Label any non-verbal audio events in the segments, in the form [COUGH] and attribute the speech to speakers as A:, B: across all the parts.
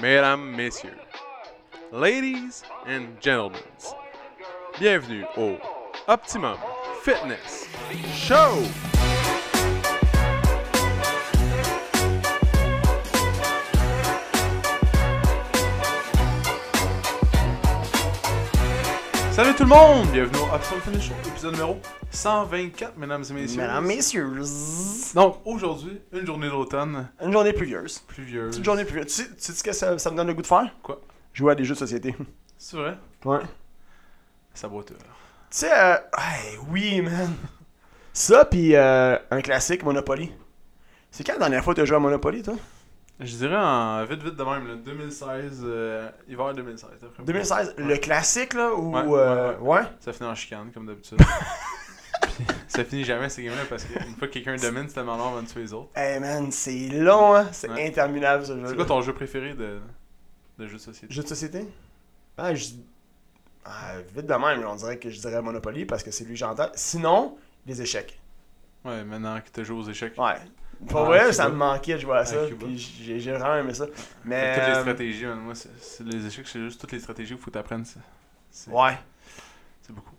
A: mesdames, messieurs, ladies and gentlemen, bienvenue au Optimum Fitness Show! Salut tout le monde! Bienvenue au Optimum Fitness Show, épisode numéro 124, mesdames et messieurs.
B: Mesdames, messieurs.
A: Donc aujourd'hui, une journée d'automne,
B: Une journée pluvieuse.
A: pluvieuse.
B: Une journée pluvieuse. Tu sais, tu sais ce que ça, ça me donne le goût de faire?
A: Quoi?
B: Jouer à des jeux de société.
A: C'est vrai?
B: Ouais. Tu
A: Saboteur.
B: sais, euh, hey, oui, man. Ça, puis euh, un classique, Monopoly. C'est quand la dernière fois que t'as joué à Monopoly, toi?
A: Je dirais en vite vite de même, là, 2016, euh, hiver 2016. d'après moi.
B: 2016, le classique, là, ou...
A: Ouais,
B: euh,
A: ouais,
B: ouais.
A: Ça finit en chicane, comme
B: [LAUGHS]
A: d'habitude. Puis, ça finit jamais ces games-là parce qu'une fois que quelqu'un domine, c'est tellement long avant de tuer les autres.
B: Hey, man, c'est long, hein? C'est
A: Ouais.
B: interminable, ce jeu
A: C'est quoi ton jeu préféré de, de jeu de société
B: Jeu de société? Ah, je... Ah, vite de même, là, on dirait que je dirais Monopoly, parce que c'est lui que j'entends. Sinon, les échecs.
A: Ouais, maintenant que t'as joué aux échecs.
B: Ouais. Pour
A: Ouais,
B: vrai,
A: Cuba.
B: ça me manquait de jouer à ça.
A: Ouais, Cuba.
B: Puis j'ai j'ai vraiment aimé ça. Mais.
A: Avec Toutes les
B: euh,
A: stratégies, man, moi, c'est- c'est- les échecs, c'est juste toutes les stratégies qu'il faut t'apprendre. C'est c'est-
B: Ouais.
A: c'est
B: [LAUGHS]
A: beaucoup.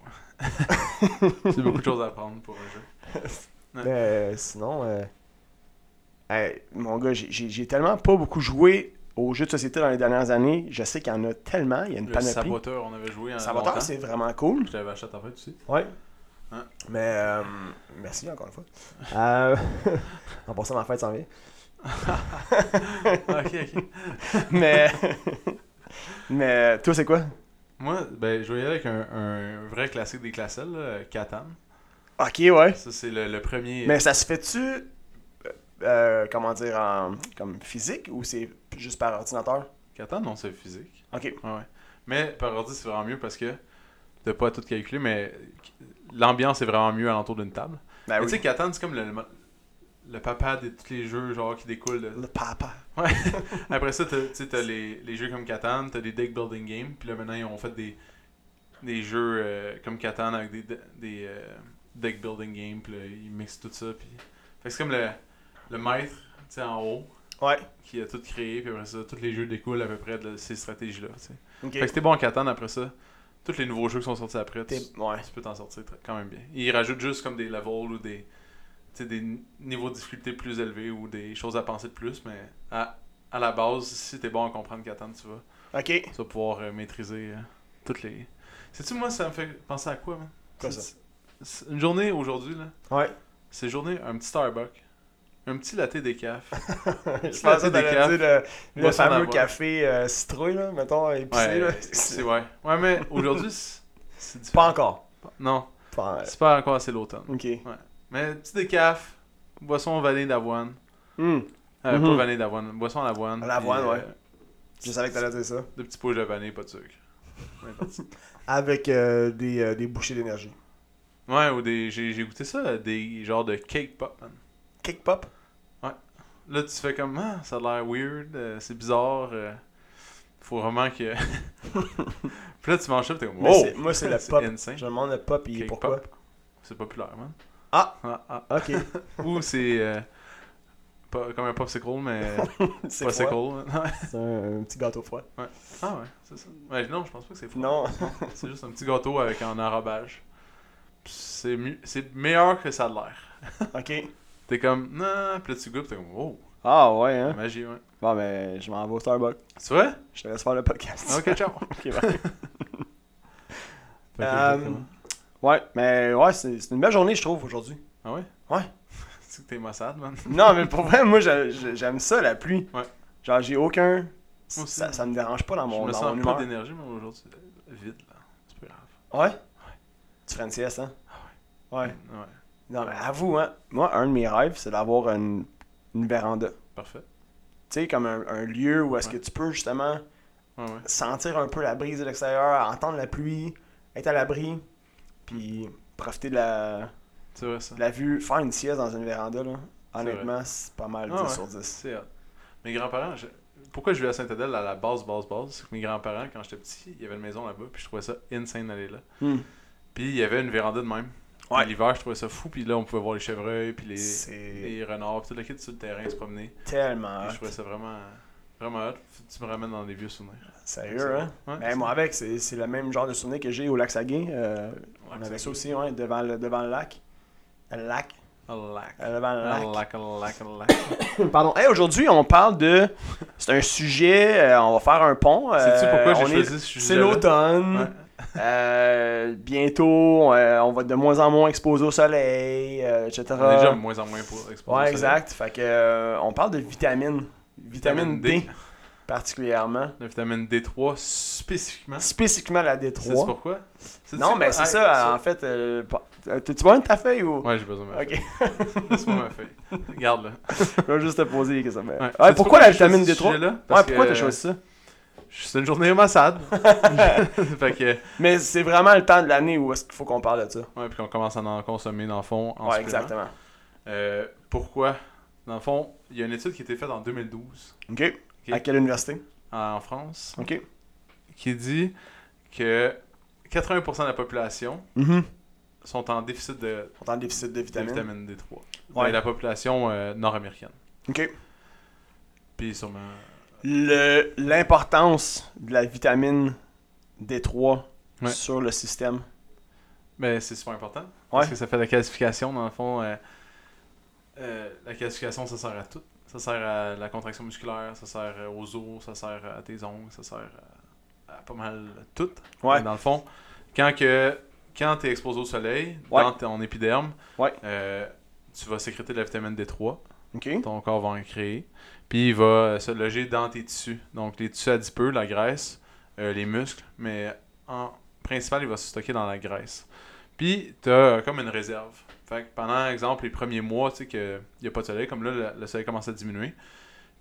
A: c'est beaucoup de choses à apprendre pour un jeu. Ouais.
B: Mais euh, sinon. euh, hey, mon gars, j'ai- j'ai j'ai tellement pas beaucoup joué aux jeux de société dans les dernières années. Je sais qu'il y en a tellement. Il y a une
A: Le
B: panoplie.
A: saboteur, on avait joué en
B: Saboteur,
A: longtemps.
B: c'est vraiment cool.
A: Je l'avais acheté à ta fête, tu
B: [LAUGHS]
A: sais.
B: Ouais.
A: Ouais.
B: Mais. euh, merci encore une fois. [LAUGHS] Euh, en passant, ma fête s'en vient.
A: Ah, ok, ok.
B: Mais. [LAUGHS] Mais toi, c'est quoi
A: Moi, ben, je vais y aller avec un, un vrai classique des classelles, là, Catan.
B: Ok, ouais.
A: Ça, c'est le, le premier.
B: Mais ça se fait-tu, euh, euh, comment dire, en, comme physique ou c'est juste par ordinateur?
A: Catan, non, c'est physique. Ah
B: Ok.
A: Ouais, ouais. Mais par ordi, c'est vraiment mieux parce que t'as pas à tout calculer, mais l'ambiance est vraiment mieux alentour d'une table.
B: Ben
A: Mais Tu sais,
B: oui.
A: Catan, c'est comme le, le, le papa de tous les jeux genre qui découlent de-
B: Le papa.
A: Ouais. [LAUGHS] Après ça, t'as- tu sais, t'as les, les jeux comme Catan, t'as des deck building games, puis là maintenant ils ont fait des, des jeux euh, comme Catan avec des, de- des euh, deck building games, puis là, ils mixent tout ça. Puis... Fait que c'est comme le, le maître, tu sais, en haut,
B: Ouais.
A: qui a tout créé, puis après ça, tous les jeux découlent à peu près de ces stratégies-là, tu sais.
B: Ok.
A: Fait que c'était bon en Catan après ça. Tous les nouveaux jeux qui sont sortis après, tu,
B: T'es- Ouais.
A: tu peux t'en sortir très- quand même bien. Ils rajoutent juste comme des levels ou des, tu sais, des n- niveaux de difficulté plus élevés ou des choses à penser de plus, mais à, à la base, si t'es bon à comprendre Catan, tu vas,
B: Ok.
A: tu vas pouvoir euh, maîtriser euh, toutes les. Sais-tu, moi, ça me fait penser à quoi, man?
B: Quoi,
A: C'est- c'est- Une journée aujourd'hui, là,
B: Ouais.
A: c'est journée, un petit Starbucks, un petit latte des
B: [LAUGHS]
A: cafés.
B: [LAUGHS] Je
A: Latte
B: pensais que t'allais
A: décaf,
B: dire le, le
A: boisson
B: fameux
A: d'avoine.
B: café euh, citrouille, là, mettons, épicé,
A: Ouais,
B: là. [LAUGHS]
A: euh, c'est ouais. Ouais, mais aujourd'hui, c'est c'est
B: Pas
A: différent.
B: encore.
A: Non,
B: Pas...
A: c'est pas encore assez l'automne.
B: Ok.
A: Mais petit décaf, boisson vanille d'avoine.
B: Hmm.
A: Euh,
B: Mhm.
A: Pas vanille d'avoine, boisson à l'avoine.
B: À l'avoine,
A: puis,
B: ouais.
A: euh,
B: Je savais que t'allais dire ça.
A: Deux petits poches de vanille, pas de sucre. Ouais, parti.
B: Avec euh, des, euh, des bouchées d'énergie.
A: ouais, ou des. J'ai j'ai goûté ça, des genres de cake pop, man.
B: Cake pop.
A: Là, tu fais comme, ah, ça a l'air weird, euh, c'est bizarre. euh, faut vraiment
B: [LAUGHS]
A: que. puis là, tu manges ça, puis t'es comme,
B: Mais
A: oh!
B: c'est- moi, c'est le pop.
A: insane.
B: Je me demande le pop, il est
A: Cake
B: pourquoi.
A: pop. C'est populaire, man.
B: Ah!
A: ah, ah.
B: Ok.
A: Ou c'est. euh, pas- comme un popsicle, mais.
B: [LAUGHS] [LAUGHS] c'est
A: popsicle.
B: froid.
A: [LAUGHS] man.
B: C'est un, un petit gâteau froid.
A: Ah ouais, c'est ça. Ouais, non, je pense pas que c'est froid.
B: [LAUGHS] Non.
A: C'est juste un petit gâteau avec un enrobage. Puis C'est mieux- c'est meilleur que ça a l'air.
B: ok.
A: T'es comme, non, puis là tu goûtes, t'es comme, wow,
B: Ah ouais, hein.
A: magie, ouais.
B: Bon, mais je m'en vais au Starbucks.
A: C'est vrai?
B: Je te laisse faire le podcast.
A: Ok, ciao.
B: [LAUGHS] Ok, bye. Euh, ouais, mais ouais, c'est c'est une belle journée, je trouve, aujourd'hui.
A: Ah ouais?
B: ouais.
A: C'est que t'es massade, man.
B: Non, mais pour vrai, moi, j'a- j'a- j'aime ça, la pluie.
A: Ouais.
B: Genre, j'ai aucun.
A: Moi aussi.
B: Ça, ça me dérange pas dans
A: je
B: mon,
A: me
B: dans
A: sens
B: mon
A: pas
B: humeur.
A: d'énergie, mais aujourd'hui, euh, vide, là. C'est pas grave.
B: Ouais? Tu ferais une sieste, hein? Ouais.
A: Ouais,
B: Non, mais avoue, hein. Moi, un de mes rêves, c'est d'avoir une, une véranda. Tu
A: parfait.
B: sais, comme un, un lieu où est-ce que tu peux justement
A: Ouais, ouais.
B: sentir un peu la brise de l'extérieur, entendre la pluie, être à l'abri, puis profiter de la,
A: C'est vrai, ça.
B: La vue, faire une sieste dans une véranda, là,
A: C'est
B: honnêtement, c'est pas mal, 10
A: Ah ouais.
B: sur 10.
A: C'est hot. Mes grands-parents, je- pourquoi je vais à Saint-Adèle à la base, base, base, c'est que mes grands-parents, quand j'étais petit, il y avait une maison là-bas, puis je trouvais ça insane d'aller là. Puis il y avait une véranda de même. Puis
B: Hmm. Ouais.
A: L'hiver, je trouvais ça fou. Puis là, on pouvait voir les chevreuils, puis les,
B: C'est
A: les renards, puis tout le kit sur le terrain se promener.
B: tellement
A: Puis
B: hot.
A: je trouvais ça vraiment. Vraiment hot. Tu me ramènes dans des vieux souvenirs.
B: Sérieux, hein?
A: Ouais,
B: Ben,
A: c'est-
B: moi, avec, c'est c'est le même genre de souvenir que j'ai au lac Saguin. euh,
A: Lac
B: on avait ça
A: Saguin.
B: aussi, ouais, devant le, devant le lac. Le lac.
A: A lac.
B: euh, Devant le lac.
A: A Ah, lac, a lac, a lac.
B: [LAUGHS] Pardon. Hey, aujourd'hui, on parle de. C'est un sujet. euh, on va faire un pont. euh,
A: Sais-tu pourquoi j'ai
B: on
A: choisi ce
B: est- C'est
A: sujet-là?
B: l'automne.
A: Ouais.
B: Euh, bientôt, euh, on va être de moins en moins exposé au soleil, euh, etc.
A: On est déjà de moins en moins pour exposer.
B: Ouais,
A: ça.
B: exact. Fait que, euh, on parle de vitamine. Vitamine,
A: Vitamine
B: D.
A: D.
B: particulièrement.
A: La vitamine D3 spécifiquement.
B: Spécifiquement la
A: C'est
B: D3.
A: pourquoi? Sais-tu
B: Non, mais
A: quoi?
B: c'est
A: Hey,
B: ça, en fait. euh, pa- euh, T'es-tu bon de ta feuille ou.
A: Ouais, j'ai besoin de ma
B: Ok, [LAUGHS]
A: feuille. Laisse-moi ma feuille. Regarde-la.
B: je vais juste te poser des questions. mais-
A: Ouais.
B: Ouais,
A: Sais-tu
B: pourquoi la
A: j'ai choisi
B: vitamine
A: ce
B: D3
A: sujet-là?
B: Ouais,
A: Parce
B: pourquoi
A: que,
B: t'as choisi ça
A: euh, C'est une journée
B: [LAUGHS]
A: massade. [LAUGHS] fait que,
B: Mais c'est vraiment le temps de l'année où est-ce qu'il faut qu'on parle de ça.
A: ouais, puis qu'on commence à en consommer dans le fond. En
B: ouais,
A: supplément.
B: exactement.
A: Euh, pourquoi? Dans le fond, il y a une étude qui a été faite en 2012
B: OK. À quelle université
A: en France
B: OK.
A: qui dit que 80% de la population
B: Mhm.
A: sont en déficit de,
B: On est en déficit de
A: de
B: vitamine.
A: vitamine D3.
B: Ouais.
A: Ouais. La population euh, nord-américaine.
B: OK.
A: Puis sûrement.
B: Le- L'importance de la vitamine D3
A: Ouais.
B: sur le système.
A: Mais Ben, c'est super important.
B: Ouais.
A: Parce que ça fait la calcification, dans le fond. euh, euh, la calcification, ça sert à tout. Ça sert à la contraction musculaire, ça sert euh, aux os, ça sert à tes ongles, ça sert à, à pas mal tout.
B: Ouais.
A: Mais Dans le fond, quand que quand tu es exposé au soleil,
B: Ouais.
A: dans ton épiderme,
B: Ouais.
A: euh, tu vas sécréter de la vitamine D3.
B: OK.
A: Ton corps va en créer. Puis il va euh, se loger dans tes tissus. Donc les tissus adipeux, la graisse, euh, les muscles, mais en principal, il va se stocker dans la graisse. Puis tu as comme une réserve. Fait que pendant, exemple, les premiers mois, tu sais, qu'il n'y a pas de soleil, comme là, le, le soleil commence à diminuer.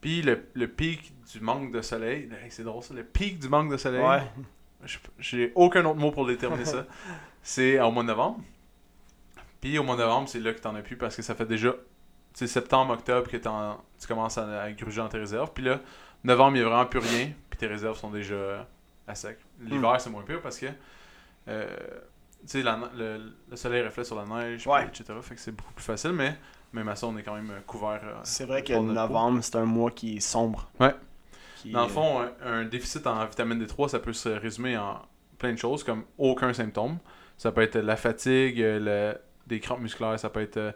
A: Puis le, le pic du manque de soleil, hey, c'est drôle ça, le pic du manque de soleil,
B: Ouais.
A: je- j'ai aucun autre mot pour déterminer
B: [LAUGHS]
A: ça, c'est au mois de novembre. Puis au mois de novembre, c'est là que t'en as plus parce que ça fait déjà c'est septembre, octobre que t'en- tu commences à, à gruger dans tes réserves. Puis là, novembre, il n'y a vraiment plus rien. Puis tes réserves sont déjà à sec.
B: Hmm.
A: L'hiver, c'est moins pire parce que euh, tu sais, la ne- le, le soleil reflète sur la neige, puis
B: Ouais.
A: etc. Fait que c'est beaucoup plus facile, mais même à ça, on est quand même euh, couvert. euh,
B: C'est vrai que
A: pour notre peau.
B: novembre, c'est un mois qui est sombre.
A: Ouais.
B: Qui-
A: Dans le fond, un, un déficit en vitamine D3, ça peut se résumer en plein de choses, comme aucun symptôme. Ça peut être la fatigue, euh, le- des crampes musculaires, ça peut être euh,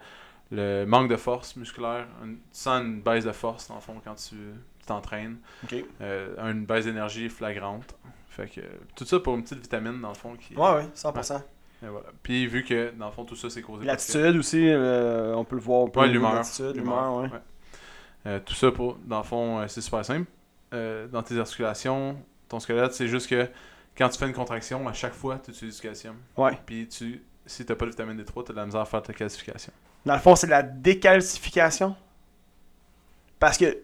A: le manque de force musculaire. Une- tu sens une baisse de force, dans le fond, quand tu tu t'entraînes.
B: OK. Ouais,
A: Euh, une baisse d'énergie flagrante. Fait que, euh, tout ça pour une petite vitamine, dans le fond. Qui,
B: ouais, 100%.
A: Et voilà. Puis vu que, dans le fond, tout ça, c'est causé par
B: L'attitude aussi, euh, on peut le voir. on peut
A: Ouais,
B: le voir,
A: l'humeur.
B: L'attitude, l'humeur, ouais.
A: Euh, tout ça, pour, dans le fond, euh, c'est super simple. Euh, dans tes articulations, ton squelette, c'est juste que quand tu fais une contraction, à chaque fois, tu utilises du calcium.
B: Ouais.
A: Puis tu, si t'as pas de vitamine D3, t'as de la misère à faire ta calcification.
B: Dans le fond, c'est de la décalcification. Parce que,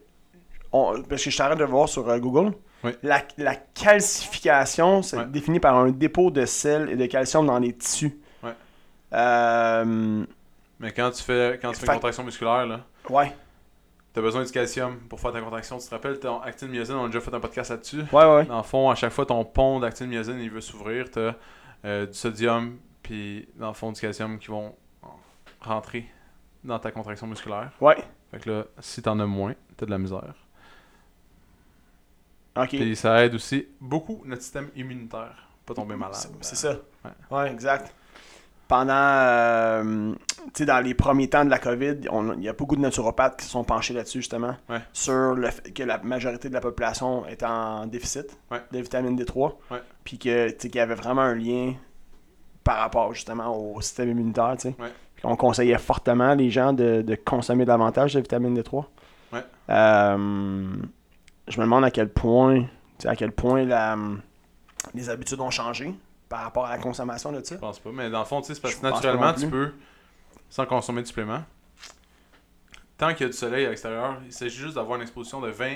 B: on- parce que je t'arrête de voir sur euh, Google.
A: Oui.
B: La, la calcification, c'est
A: Ouais.
B: défini par un dépôt de sel et de calcium dans les tissus.
A: Ouais.
B: Euh,
A: Mais quand tu fais, quand tu fais
B: Fait-
A: une contraction musculaire, là,
B: ouais,
A: t'as besoin du calcium pour faire ta contraction. Tu te rappelles, ton actine myosine, on a déjà fait un podcast là-dessus.
B: ouais, ouais.
A: Dans le fond, à chaque fois, ton pont d'actine myosine, il veut s'ouvrir. T'as euh, du sodium, puis dans le fond, du calcium qui vont rentrer dans ta contraction musculaire.
B: Ouais.
A: Fait que là, si t'en as moins, t'as de la misère.
B: Ok.
A: Puis ça aide aussi beaucoup notre système immunitaire. Pas tomber malade. ben.
B: C'est- C'est ça.
A: Ouais.
B: Ouais, exact. Pendant, euh, tu sais, dans les premiers temps de la COVID, on- il y a beaucoup de naturopathes qui se sont penchés là-dessus, justement,
A: Ouais.
B: sur le fait que la majorité de la population est en déficit
A: Ouais.
B: de vitamine D3,
A: Ouais.
B: puis que, tu sais, qu'il y avait vraiment un lien par rapport, justement, au système immunitaire, tu sais.
A: Ouais.
B: Puis On conseillait fortement les gens de, de consommer davantage de vitamine D3.
A: Ouais.
B: Euh, je me demande à quel point, tu sais, à quel point la, les habitudes ont changé par rapport à la consommation de ça.
A: Je pense pas. Mais dans le fond, tu sais, c'est parce
B: Je
A: que
B: pense pas
A: naturellement,
B: non plus.
A: tu peux, sans consommer de suppléments, tant qu'il y a du soleil à l'extérieur, il s'agit juste d'avoir une exposition de 20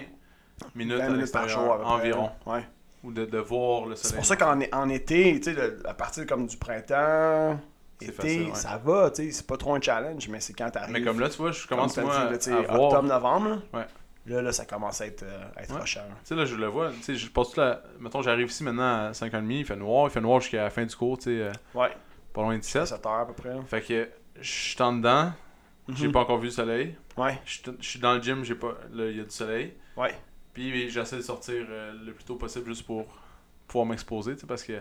A: minutes
B: 20
A: à
B: minutes par jour, à
A: l'extérieur
B: peu près,
A: environ.
B: là. Ouais.
A: Ou de, de voir le
B: C'est
A: soleil.
B: pour ça qu'en é- en été, tu sais, le- à partir comme du printemps,
A: C'est
B: été,
A: facile, ouais.
B: ça va, tu sais, c'est pas trop un challenge, mais c'est quand t'arrives.
A: Mais comme là, tu vois, je
B: comme
A: commence
B: t'as
A: moi,
B: dit, là, tu sais,
A: à voir.
B: octobre, novembre, là,
A: Ouais.
B: là, là, ça commence à être, euh, à être
A: Ouais.
B: rushant.
A: Tu sais, là, je le vois. Tu sais, je passe toute la. Mettons, j'arrive ici maintenant à 5h30, il fait noir, il fait noir jusqu'à la fin du cours, tu sais, euh,
B: Ouais,
A: pas loin de
B: à
A: 17.
B: 7 heures à peu près.
A: Fait que je suis en dedans, j'ai
B: Mhm.
A: pas encore vu le soleil.
B: Ouais,
A: Je suis- je suis dans le gym, j'ai pas. là, il y a du soleil.
B: ouais.
A: Puis j'essaie de sortir euh, le plus tôt possible juste pour pouvoir m'exposer, tu sais, parce que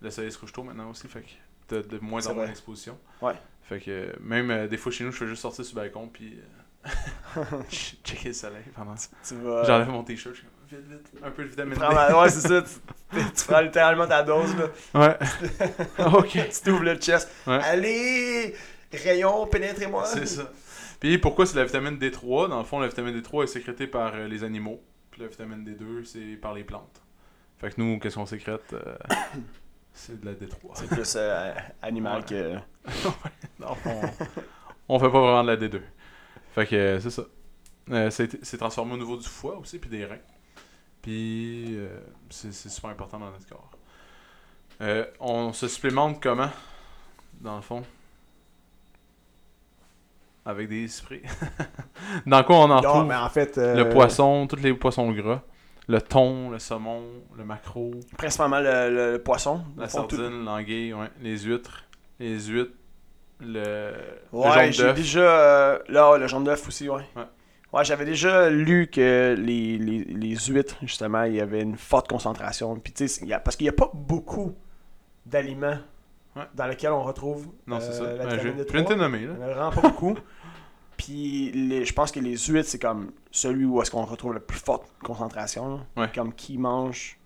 A: le soleil se couche tôt maintenant aussi, fait que t'as de moins en
B: C'est
A: moins
B: vrai.
A: d'exposition.
B: Ouais.
A: Fait que euh, même euh, des fois chez nous, je fais juste sortir sur le balcon, puis euh,
B: [LAUGHS]
A: [LAUGHS] ch- checker le soleil pendant ça.
B: Tu vas.
A: J'enlève mon t-shirt, je suis comme, vite, vite, un peu de vitamine
B: tu
A: D.
B: prends la- Ouais, c'est ça. Tu,
A: [LAUGHS]
B: tu prends littéralement ta dose, là.
A: Ouais. [LAUGHS] ok.
B: tu t'ouvres le chest.
A: Ouais.
B: Allez, rayon, pénétrez-moi.
A: C'est ça. Puis pourquoi c'est la vitamine D3 Dans le fond, la vitamine D3 est sécrétée par euh, les animaux. Puis la vitamine D2, c'est par les plantes. Fait que nous, qu'est-ce qu'on sécrète euh, [COUGHS] C'est de la D3.
B: C'est plus euh, animal
A: Ouais.
B: que.
A: non, on, on fait pas vraiment de la D2. Fait que euh, c'est ça. Euh, c'est c'est transformé au niveau du foie aussi, puis des reins. Puis euh, c'est c'est super important dans notre corps. Euh, on se supplémente comment Dans le fond Avec des sprays. [LAUGHS] dans quoi on en
B: Non,
A: trouve
B: mais en fait. euh,
A: Le poisson, tous les poissons gras. Le thon, le saumon, le maquereau,
B: Principalement le, le- le poisson.
A: la
B: Ils font tout-
A: sardine, l'anguille, ouais, les huîtres, les huîtres, le, le
B: Ouais,
A: jaune
B: j'ai
A: d'œuf.
B: déjà. euh, là, ouais, le jaune d'œuf aussi, ouais.
A: Ouais.
B: Ouais, j'avais déjà lu que les, les, les huîtres, justement, il y avait une forte concentration. Puis, tu sais, il y a- parce qu'il n'y a pas beaucoup d'aliments
A: Ouais.
B: dans lesquels on retrouve
A: Non, c'est ça.
B: euh, la
A: Ben, je,
B: vitamine
A: je viens de te
B: D3.
A: nommer, là.
B: Il n'y en a vraiment pas beaucoup. [LAUGHS] Puis, les- je pense que les huîtres, c'est comme celui où est-ce qu'on retrouve la plus forte concentration. là.
A: Ouais.
B: Comme qui mange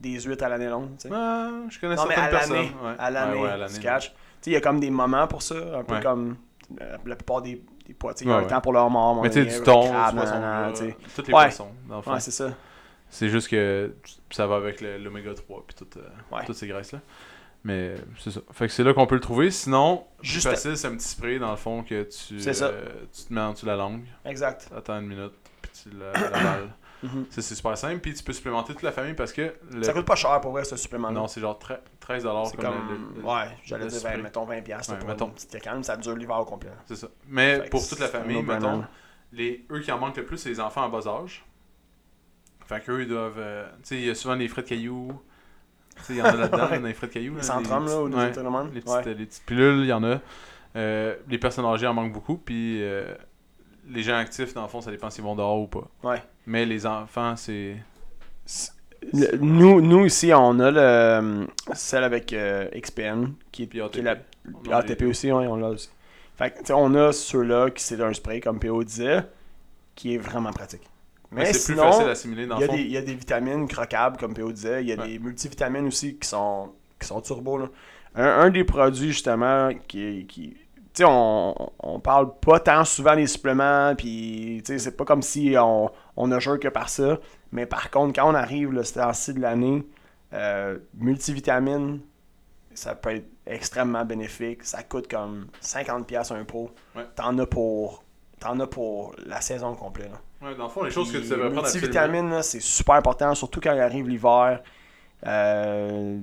B: des huîtres à l'année longue, tu sais.
A: Ah, je connais
B: Non, mais
A: certaines
B: à
A: personnes.
B: l'année.
A: Ouais.
B: À l'année,
A: Ouais, ouais, à
B: tu catches. Tu sais, il y a comme des moments pour ça, un peu
A: Ouais.
B: comme euh, la plupart des, des poids. Tu sais, il y
A: Ouais,
B: a un
A: ouais.
B: temps pour leur mort.
A: Mais tu sais, du thon, du poisson, gras, toutes les
B: Ouais.
A: poissons, dans le fond.
B: Ouais, c'est ça.
A: c'est juste que ça va avec le- l'oméga 3 puis tout, euh,
B: Ouais.
A: toutes ces graisses-là. Mais c'est ça. Fait que c'est là qu'on peut le trouver. Sinon,
B: Juste
A: juste facile, c'est un petit spray dans le fond que tu,
B: C'est ça.
A: euh, tu te mets en dessous de la langue.
B: Exact.
A: Attends une minute, puis tu la-
B: [COUGHS]
A: l'avales.
B: Mhm.
A: Ça, c'est super simple. Puis tu peux supplémenter toute la famille parce que. Le...
B: Ça coûte pas cher pour vrai, ce supplément
A: non, c'est genre tre- 13$
B: c'est
A: comme,
B: comme.
A: le- le-
B: ouais, j'allais
A: le
B: dire,
A: spray.
B: vingt- mettons 20$. piastres,
A: Ouais,
B: pour
A: mettons.
B: une petite canne, ça dure l'hiver au complet.
A: C'est ça. Mais
B: Fait que
A: pour toute la
B: c'est un
A: famille,
B: no-brainer.
A: mettons, les, eux qui en manquent le plus, c'est les enfants en bas âge. Fait qu'eux, ils doivent. euh, tu sais, il y a souvent les frais de cailloux. Tu sais, il y en a là-dedans,
B: [LAUGHS] Ouais.
A: dans les frais de cailloux.
B: Les
A: là,
B: centrums, là, ou les
A: ouais,
B: autonomes.
A: les, petites,
B: Ouais.
A: les petites pilules, il y en a. Euh, les personnes âgées en manquent beaucoup. Puis euh, les gens actifs, dans le fond, ça dépend s'ils vont dehors ou pas.
B: Ouais.
A: Mais les enfants, c'est.
B: Le- nous, nous, ici, on a le, celle avec euh, XPN, qui est,
A: Puis ATP.
B: qui est la
A: On
B: Puis
A: en a
B: ATP
A: les-
B: aussi, ouais, on l'a aussi. Fait que, tu sais, on a ceux-là qui c'est un spray, comme PO disait, qui est vraiment pratique.
A: Mais,
B: Mais,
A: c'est plus
B: sinon,
A: facile à assimiler, dans
B: il
A: le
B: y, a
A: fond.
B: des, il y a des vitamines croquables, comme PO disait. Il y a
A: Ouais.
B: des multivitamines aussi qui sont, qui sont turbo. là. Un, un des produits, justement, qui. qui tu sais, on, on parle pas tant souvent des suppléments, puis tu sais, c'est pas comme si on, on ne jure que par ça. Mais par contre, quand on arrive, le temps-ci de l'année, euh, multivitamines, ça peut être extrêmement bénéfique. Ça coûte comme 50$ un pot.
A: Ouais.
B: T'en as pour. T'en as pour la saison complète. là.
A: Ouais, dans le fond, les choses que tu
B: Puis,
A: devrais prendre absolument.
B: multivitamines, là, c'est super important, surtout quand il arrive l'hiver. Euh,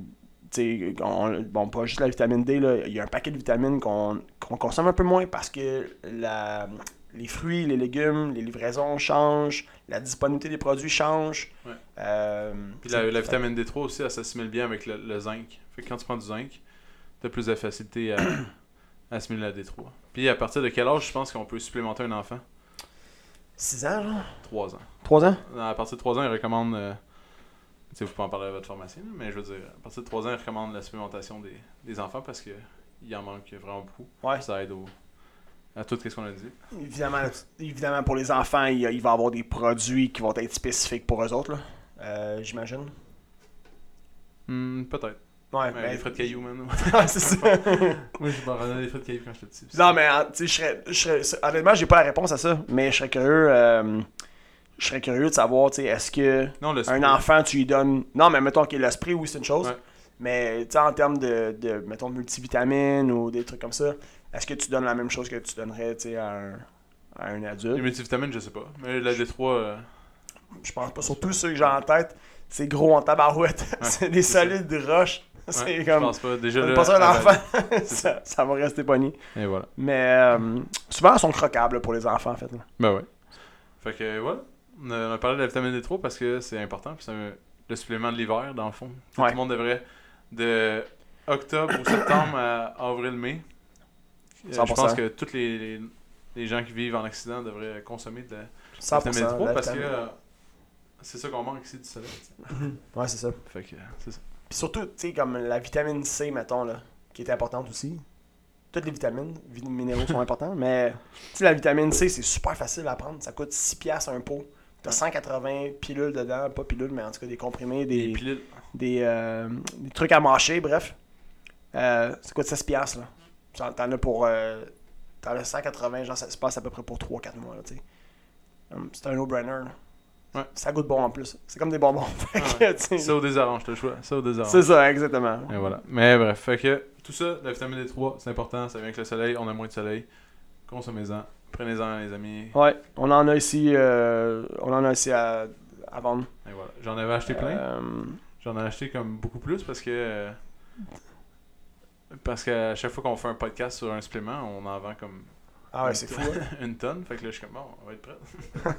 B: tu sais, on- bon, pas juste la vitamine D, là, il y a un paquet de vitamines qu'on qu'on consomme un peu moins parce que la, les fruits, les légumes, les livraisons changent, la disponibilité des produits change.
A: Ouais.
B: Euh,
A: Puis la, la vitamine D3 aussi, elle s'assimile bien avec le, le zinc. Fait que quand tu prends du zinc, tu as plus de facilité à, [COUGHS] à assimiler la D3. Puis à partir de quel âge je pense qu'on peut supplémenter un enfant
B: 6 ans, genre
A: 3 ans.
B: 3 ans
A: À partir de 3 ans, ils recommandent. euh, tu sais, vous pouvez en parler à votre pharmacien, là, mais je veux dire, à partir de 3 ans, ils recommandent la supplémentation des, des enfants parce qu'il en manque vraiment beaucoup.
B: Ouais.
A: Ça aide au- à tout ce qu'on a dit.
B: Évidemment, évidemment, pour les enfants, il, y a- il va y avoir des produits qui vont être spécifiques pour eux autres, là. Euh, j'imagine.
A: Hmm, Peut-être.
B: Ouais,
A: Mais
B: ben-
A: les frais de cailloux, man.
B: [LAUGHS]
A: [LAUGHS]
B: Ouais, c'est ça.
A: Moi, je m'en rendais des frais de cailloux quand j'étais petit.
B: Non, mais hein, tu sais, je serais- je serais. c'est- Honnêtement, j'ai pas la réponse à ça, mais je serais curieux. euh, je serais curieux de savoir, tu sais, est-ce que
A: Non, le
B: un
A: spray.
B: enfant, tu lui donnes. Non, mais mettons que l'esprit, oui, c'est une chose.
A: Ouais.
B: Mais, tu sais, en termes de, de, mettons, de multivitamines ou des trucs comme ça, est-ce que tu donnes la même chose que tu donnerais, tu sais, à un, à un
A: Les
B: adulte
A: multivitamines, je sais pas. Mais la D3. euh,
B: Je pense pas. Surtout ceux que j'ai en tête, c'est gros en tabarouette. [LAUGHS] c'est des
A: c'est ça.
B: solides roches.
A: Ouais,
B: c'est
A: Je
B: comme.
A: pense pas. Déjà
B: Donne
A: là, ah ben,
B: pas ça à un
A: à
B: enfant.
A: la-
B: [LAUGHS] ça, ça va rester pogné.
A: Et voilà.
B: Mais euh, souvent, elles sont croquables là, pour les enfants, en fait. là.
A: Ben ouais. Fait que euh, voilà. On a, on a parlé de la vitamine D3 parce que c'est important. Puis c'est un- le supplément de l'hiver, dans le fond. Tout
B: Ouais.
A: le monde devrait. De octobre ou septembre à avril-mai. euh, je
B: 100%.
A: pense que tous les, les, les gens qui vivent en accident devraient consommer de la
B: 100%
A: vitamine D3
B: la
A: parce que
B: vitamine.
A: euh, C'est ça qu'on manque ici du soleil. tu sais.
B: Ouais, c'est ça.
A: Fait que, euh, c'est ça.
B: Puis surtout, tu sais, comme la vitamine C, mettons, là, qui est importante aussi. Toutes les vitamines, vi- minéraux
A: [LAUGHS]
B: sont importants, mais tu sais, la vitamine C, c'est super facile à prendre. Ça coûte 6$ piastres un pot. T'as 180 pilules dedans, pas pilules, mais en tout cas des comprimés,
A: Des
B: des, [LAUGHS]
A: pilules.
B: des, euh, des trucs à mâcher, bref. Euh, ça coûte 16$, piastres, là. T'en- T'en as pour. euh, T'en as 180, genre, ça se passe à peu près pour 3-4 mois, là, tu sais. Hum, C'est un no-brainer, là.
A: Ouais.
B: Ça goûte bon en plus. C'est comme des bonbons. [LAUGHS] Fait que,
A: Ouais.
B: tu sais,
A: Ça au désorange, le choix. Ça au désorange.
B: c'est ça, exactement.
A: Et voilà. Mais bref, fait que tout ça, la vitamine D3, c'est important, ça vient avec le soleil, on a moins de soleil. Consommez-en. Prenez-en, les amis.
B: Ouais, on en a ici, euh, on en a ici à, à vendre.
A: Et voilà. J'en avais acheté plein.
B: Euh,
A: J'en ai acheté comme beaucoup plus parce que. euh, Parce qu'à chaque fois qu'on fait un podcast sur un supplément, on en vend comme
B: ah ouais,
A: une
B: c'est
A: to- [LAUGHS]
B: fou. hein.
A: une tonne. Fait que là, je suis comme, bon, on va être prêt.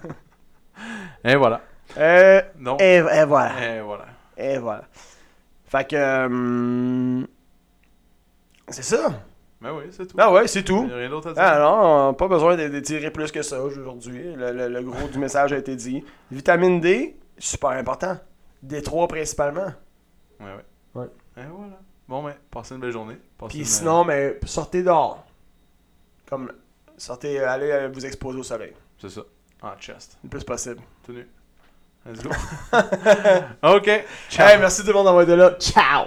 A: [LAUGHS] et voilà.
B: Euh,
A: Donc,
B: et, et voilà,
A: et voilà.
B: et voilà. Fait que euh, c'est ça.
A: Mais Ben oui, c'est tout.
B: Ah ouais, c'est
A: Il
B: tout.
A: n'y a rien d'autre à dire.
B: Ah non, pas besoin de, de tirer plus que ça aujourd'hui. Le, le- le gros du message a été dit. Vitamine D, super important. D3 principalement.
A: Ouais, ouais.
B: Ouais.
A: Et voilà. Bon, ben, passez une belle journée. Passez
B: Puis
A: une-
B: sinon, mais sortez dehors. Comme sortez, euh, allez euh, vous exposer au soleil
A: C'est ça. En chest.
B: le plus possible.
A: Tout nu. Let's go. [LAUGHS] OK. Ciao.
B: Hey, merci tout le monde d'avoir été là. Ciao!